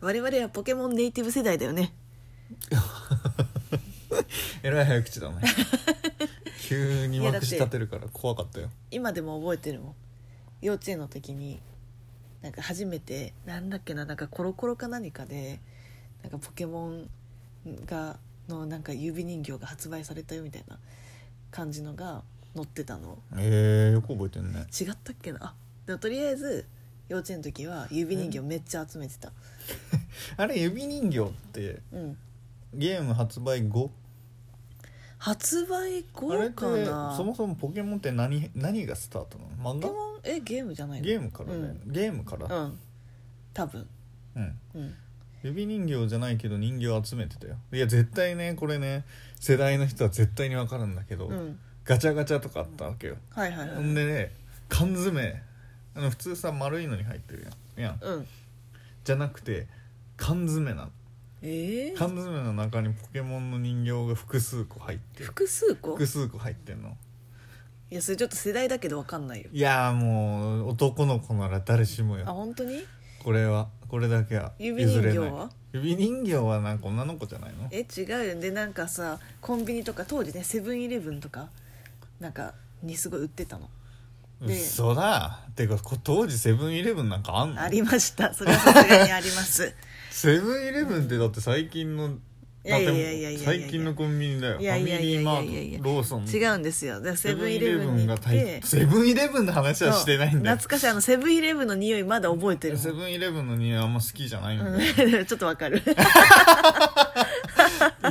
我々はポケモンネイティブ世代だよねえらい早口だね急にまくし立てるから怖かったよ今でも覚えてるもん幼稚園の時になんか初めてなんだっけななんかコロコロか何かでなんかポケモンがのなんか指人形が発売されたよみたいな感じのが載ってたのえー、よく覚えてんね違ったっけなあでもとりあえず幼稚園の時は指人形めっちゃ集めてたあれ指人形ってうんゲーム発売後発売後あれってかなそもそもポケモンって何何がスタートなの漫ポケ画モンえゲームじゃないのゲームからだよね、ゲームかうらん多分うん、うん指人形じゃないけど人形集めてたよいや絶対ねこれね世代の人は絶対に分かるんだけど、うんガチャガチャとかあったわけよはいはいはいほんでね缶詰あの普通さ丸いのに入ってるやんやんうんじゃなくて缶詰なのええ缶詰の中にポケモンの人形が複数個入ってる複数個複数個入ってんのいやそれちょっと世代だけどわかんないよいやーもう男の子なら誰しもあよ本当にこれはこれだけは指人譲れ形ないは指人形はなんか女の子じゃないのえ違うよでなんかさコンビニとか当時ねセブンイレブンとかなんかにすごい売ってたのね嘘だてかこ当時セブンイレブンなんかあんのありましたそれはさすがにありますセブンイレブンってだって最近のいやいやいやいやいやいや最近のコンビニだよフいやァいミやいリやーいマやいやートローソン違うんですよでセブンイレブンに行がって大セブンイレブンの話はしてないんだ懐かよしいあのセブンイレブンの匂いまだ覚えてるもんセブンイレブンの匂いあんま好きじゃないんだよ、うん ちょっとわかる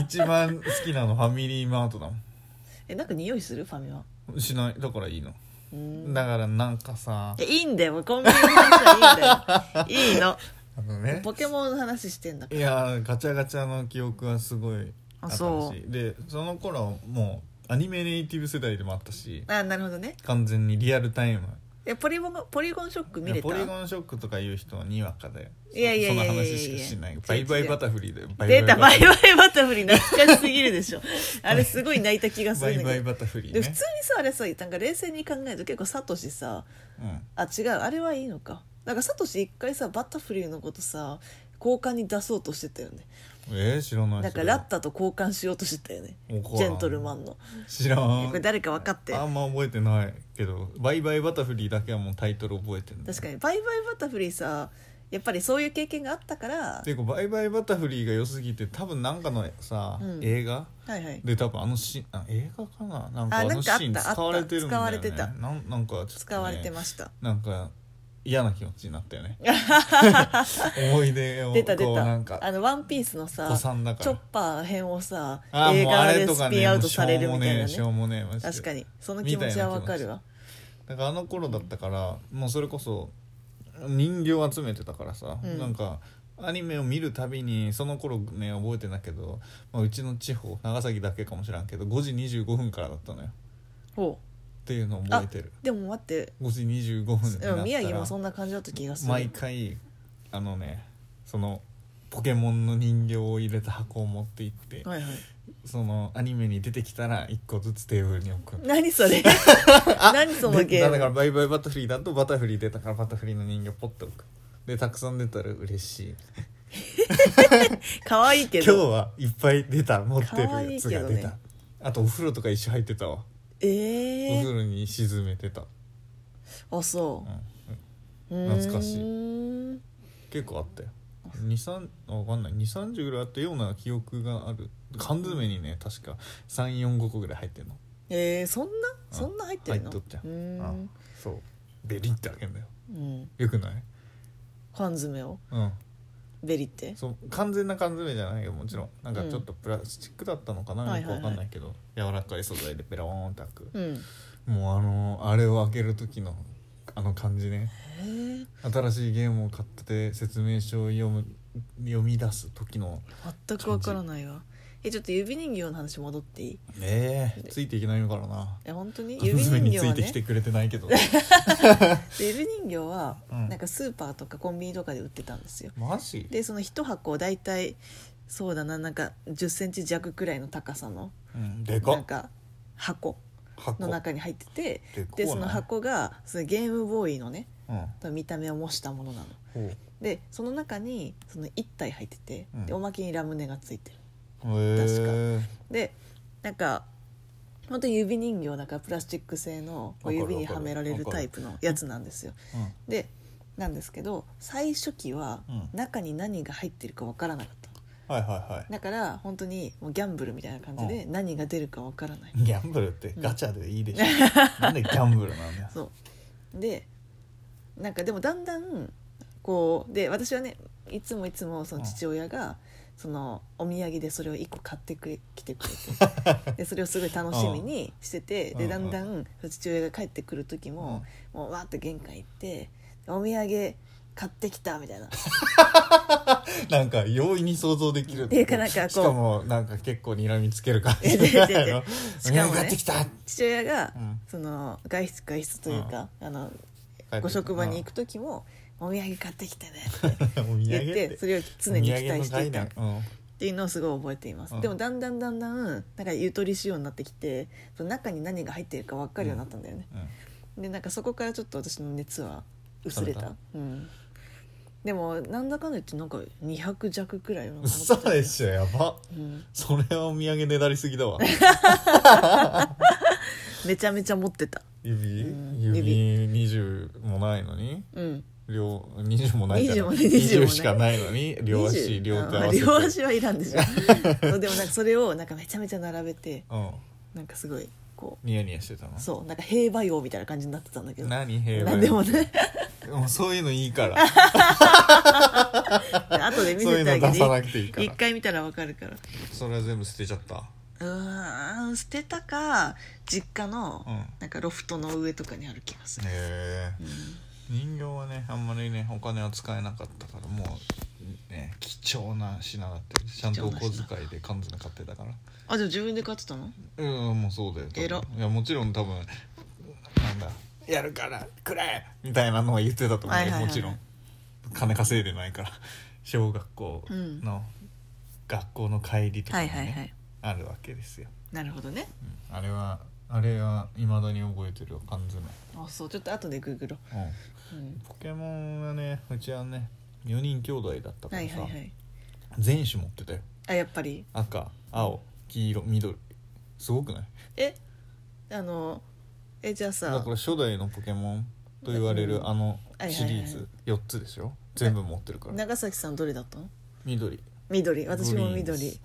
一番好きなのファミリーマートだもえなんか匂いするファミマんしないだからいいのうんだからなんかさいやいいんだよコンビニの話はいいんだよいいのあのねポケモンの話してんだかいやーガチャガチャの記憶はすごいあったあしそうでその頃はもうアニメネイティブ世代でもあったしらあなるほどね完全にリアルタイムえポリゴンポリゴンショック見いれやたポリゴンショックとかいう人はにわかだよいやいやいやいやそいんやな話しかしな違いうバイバ違イうバタフリーだよバ出たバイババイバタフリー懐かしすぎるで しょあれすごい泣いた気がすバるんだイバけイどバタフリーでね普通にさあれさなんか冷静に考えると結構サトシさうんあ違うあれはいいのかなんかサトシ一回さバタフリーのことさ交換に出そうとしてたよねえー、知らないなんかラッタと交換しようとしてたよね怒らんジェントルマンの知らこれん誰か分かってあんま覚えてないけどバイバイバタフリーだけはもうタイトル覚えてる確かにに「バイバイバタフリーさ」やっぱりそういう経験があったからていうかバイバイバタフリーが良すぎて多分なんかのさ、うん映画はいはいで多分あのシーンあ映画かななんかああなんかのシーンあったあった使われてるんだよ、使われね、てたなんなんかちょっと、ね、使われてましたなんか嫌な気持ちになったよね思い出を 出た出こうなんたかあの「ワンピースのさ子さんだチかョッらパー編をさあ映もうあ画れでとスかピンアウねもトうしょされうるみもたいねなえしょうねもねえマジで確かにその気持ちはわかるわだからあの頃だったからもうそれこそ人形集めてたからさ、うんなんかアニメを見るたびにその頃ね覚えてないけど、まあ、うちの地方長崎だけかもしらんけど5時25分からだったのよっほていうのを覚えてるうでも待って5時25分になったうらん宮城もそんな感じだった気がする毎回あのねそのポケモンの人形を入れた箱を持って行って、はいはいそのアニメに出てきたら1個ずつテーブルに置く何そ れ何そのゲでーだからムバイバイバタフリーだとバタフリー出たからバタフリーの人形ポッと置くでたくさん出たら嬉しい可愛いけ今日どはいっぱい出た持ってる可愛やいつけがど出ねた、あとお風呂とか一緒入ってたわ、えおえ風呂に沈めてた、あそうんううーん懐かし結構あったよ23わかんない2 3 0ぐらいあったような記憶がある缶詰にね確か345個ぐらい入ってんのえー、そんなそんな入ってるの入っとったようーあんそうベリってあげんだようんよくない缶詰をうんベリってそう完全な缶詰じゃないよもちろんなんかちょっとプラスチックだったのかな、はいよくはいはいわかんないけど、柔らかい素材でペローンって開く、うんもうあのあれを開ける時のあの感じねえー、新しいゲームを買って説明書を読む読み出す時の全くわからないわえちょっと指人形の話戻っていいねえついていけないのからなえ本当 に 缶指人詰に形つはいてきねてくれてないけど指人形はうんなんかスーパーとかコンビニとかで売ってたんですよマジ、でその一箱大体そうだななんか1 0ンチ弱くらいの高さのうん、でかなっんか箱箱の中に入っててでこうなでその箱がそのゲームボーイのねうん見た目を模したものなのほうでその中にその1体入ってて、うんでおまけにラムネがついてる確かでなんか本当に指人形だからプラスチック製のこうわかる指にわかるはめられるタイプのやつなんですよでなんですけど最初期はうん中に何が入ってるかわからなかったはいはいはいだから本当にもうギャンブルみたいな感じで何が出るかわからないギャンブルってうんガチャでいいでしょ、なんでギャンブルなんだよそうでなんかでもだんだんこうで私はねいつもいつもその父親がそのお土産でそれを1個買ってくれ来てくれ てでそれをすごい楽しみにしててうでんだんだん父親が帰ってくる時も、もうわーって玄関行って「お土産買ってきた」みた いななんか容易に想像できるっていうかなんかこうしかもなんか結構睨みつける感じえでででやろ しかもねお土産買ってきた、父親がうんその外出外出というか、あのご職場に行く時も「お土産買ってきてね」ってく、 うん、お土産言っっててそれを常に期待していたお土産の概念っていうのをすごい覚えています、うんでもだんだんだんだんなんかゆとり仕様になってきてその中に何が入ってるか分かるようになったんだよね、うんうんでなんかそこからちょっと私の熱は薄れた冷めうん、でもなんだかんだ言ってなんか200弱くらいの嘘でしょやばうん、それはお土産ねだりすぎ だわめちゃめちゃ持ってた指、うん指20もないのにうん両20もないから20もない20もないしかないのに両足20両手合わあせて両足はいらんでしょ そうでもなんかそれをなんかめちゃめちゃ並べてうんなんかすごいこニヤニヤしてたのうそうなんか兵馬俑みたいな感じになってたんだけど何平和なんでもね もうそういうのいいから後 で見そういせうてあのげ出てさなくていいか一ら回見たらわかるからそれは全部捨てちゃったうーん捨てたか実家のうんへなんかロフトの上とかにある気がする、えうん人形はねあんまりねお金は使えなかったからもうね貴重な品だってちゃんとお小遣いで缶詰買ってたからあじゃあ自分で買ってたのうんもうそうだよ多分偉っいやもちろん多分なんだやるからくれみたいなのは言ってたと思うはいよ、はいはいもちろん金稼いでないから小学校の学校の帰りとかはもいね、はいはいあるわけですよ、なるほどねうんあれはあれはいまだに覚えてるよ缶詰、あそうちょっと後でグーグろうんう、うん、ポケモンはねうちはね4人兄弟だったかはらいさ、はいはい全種持ってたよあやっぱり赤青黄色緑すごくないえあのえじゃあさだから初代のポケモンと言われうんるあのはいはいはいシリーズ4つでしょ全部持ってるから長崎さんどれだったの緑緑私もグリーンで緑す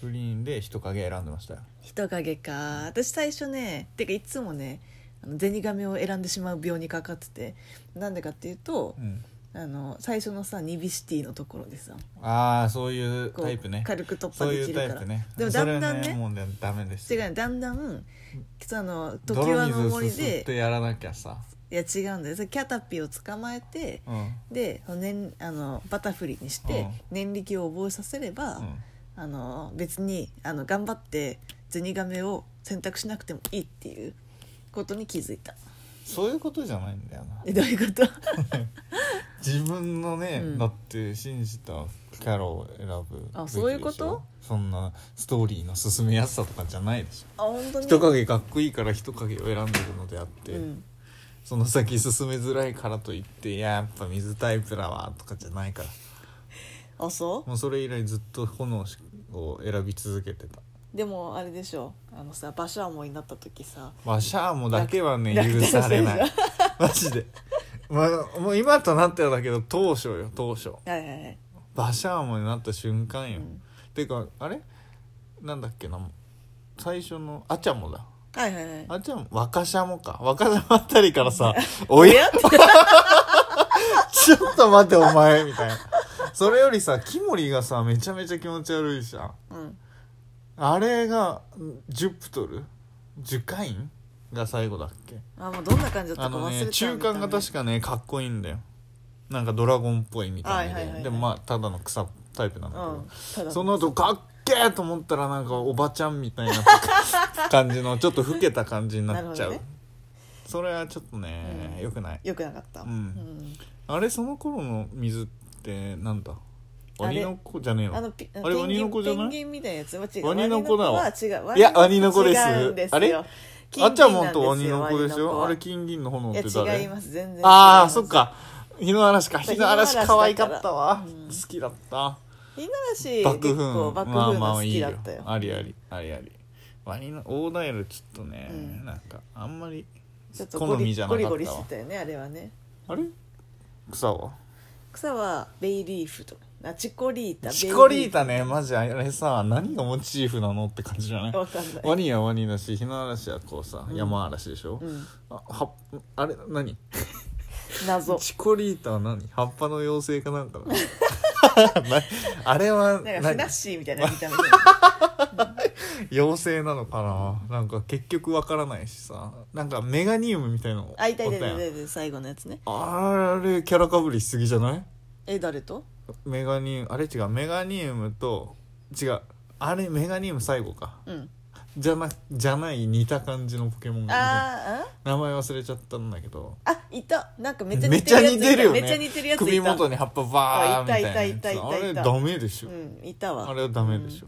グリーンで人影選んでましたよ人影か私最初ねてかいつもねあの銭亀を選んでしまう病にかかっててなんでかっていうとう、んあの最初のさニビシティのところでさああそういうこうタイプね軽く突そ破うでいきうるかタらイプねでもだそんれだはんねねもうねダメです違うよねだんだんその常泥盤水のを森すすっでてやらなきゃさいや違うんだよそれキャタピーを捕まえてうんうんでその年あのバタフリーにしてうん念力を覚えさせれば、あの別にあの頑張ってゼニガメを選択しなくてもいいっていうことに気づいたそういうことじゃないんだよなえどういうこと自分のね、うんだって信じたキャラを選ぶべきでしょあそういうことそんなストーリーの進めやすさとかじゃないでしょあ本当に人影かっこいいから人影を選んでるのであって、うん、その先進めづらいからといっていややっぱ水タイプだわとかじゃないからあそうもうそれ以来ずっと炎を選び続けてたでもあれでしょあのさ馬車モになった時さまあシャアもだけはね楽許されな楽いマジで、まあ、もう今となってはだけど当初よ当初はいはいはいバシャーモになった瞬間うよ、んてかあれなんだっけな最初のアチャモだはいはいはいアチャモ若シャモか若シャモあたりからさ 「おやちょっと待ってお前」みたいなそれよりさキモリがさめちゃめちゃ気持ち悪いじゃんうんあれがんジュプトルジュカインが最後だっけあもうどんな感じだっあたか忘のれたね中間が確かねかっこいいんだよなんかドラゴンっぽいみたいで、はいはいはいはいでもまあただの草タイプなんだけど、うんただその後かっけーと思ったらなんかおばちゃんみたいな感じのちょっと老けた感じになっちゃう、なるほどねそれはちょっとね、うんよくないよくなかった、うんあれその頃の水ってなんだあれ鬼の子じゃねえうんのあのピあれ鬼の子じゃペンないギンみたいなやつは違う鬼の子だわワニの子は違ういやワニの子です違うんですよあれ金銀あなんちゃもんと鬼の子でですすよよあワれニ金銀のの炎子ってはいや違い誰ます全然違いますああそっか日の嵐かそう日の嵐日の嵐だから可愛かったわ、うん好きだったみんなだし爆結風構爆風の好きだったよ,、まあまあいいよありありありありワニの大ダイヤルちょっとね、うんなんかあんまりちょっとゴ好みリじゃなゴかっリたゴリわしてたよねあれはねあれ草は草はベイリーフとかあチコリータチコリータタねマジあれさ何がモチーフなのって感じじゃないわかんないワニはワニだし日の嵐はこうさ、うん山嵐でしょ、うん、あはあれ何謎チコリータは何葉っぱの妖精か なんか ななあれなはんかフ何ナッシーみたいな見 た目で妖精なのかななんか結局わからないしさなんかメガニウムみたいなのあいたいたいたいおたやんいた最後のやつねあれキャラかぶりしすぎじゃないえ誰とメガニウムあれ違うメガニウムと違うあれメガニウム最後かうんじゃなじゃない似た感じのポケモンがあーいる名前忘れちゃったんだけどああいたなんかめっちゃめ似ってちゃるやつ似てるよねめっちゃ似てるやついた首元に葉っぱバーンみたいなあいたいたいたいたいたやつあれダメでしょ、うんいたわあれはダメでしょ、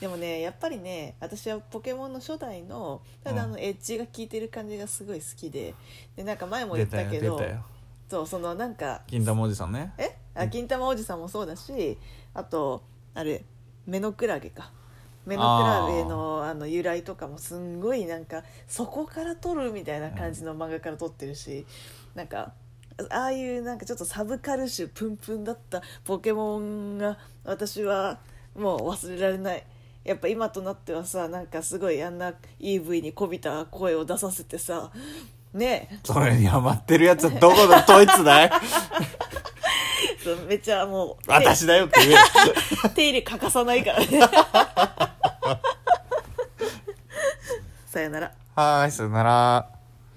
でもねやっぱりね私はポケモンの初代のただあのエッジが効いてる感じがすごい好きででなんか前も言出ったたけよ出どたよそうそのなんか銀玉おじさんねえあ金玉おじさんもそうだしあとあれ目のクラゲか目のクラゲのあの由来とかもすんごいなんかそこから撮るみたいな感じの漫画から撮ってるし、なんかああいうなんかちょっとサブカル種プンプンだったポケモンが私はもう忘れられないやっぱ今となってはさなんかすごいあんな EV にこびた声を出させてさねえそれにハマってるやつは どこだどいつだいそうめっちゃもう私だよって言えよ 手入れ欠かさないからねさよなら はーいさよなら